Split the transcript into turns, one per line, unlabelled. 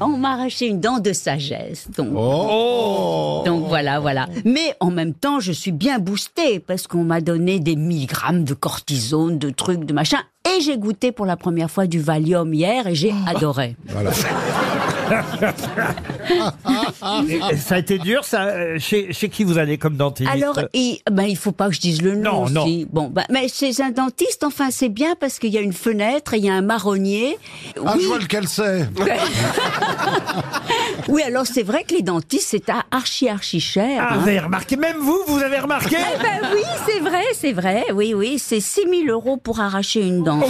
On m'a arraché une dent de sagesse. Donc,
Oh
donc voilà, voilà. Mais en même temps, je suis bien boostée parce qu'on m'a donné des milligrammes de cortisone, de trucs, de machin. Et j'ai goûté pour la première fois du Valium hier et
Oh.
j'ai adoré.
Voilà.
Et Ça a été dur, ça. euh, Chez, chez qui vous allez comme dentiste
Alors,
euh,
il, ben, il faut pas que je dise le nom.
Non, non.
aussi. Bon, ben, mais chez un dentiste, enfin, c'est bien parce qu'il y a une fenêtre et il y a un marronnier.
Ah,
Oui,
je vois lequel c'est.
oui, alors c'est vrai que les dentistes, c'est à archi, archi cher.
Ah,
hein.
vous avez remarqué, même vous, vous avez remarqué
Oh.
Eh ben oui, c'est vrai, c'est vrai. Oui, oui, c'est 6 000 euros pour arracher une dent.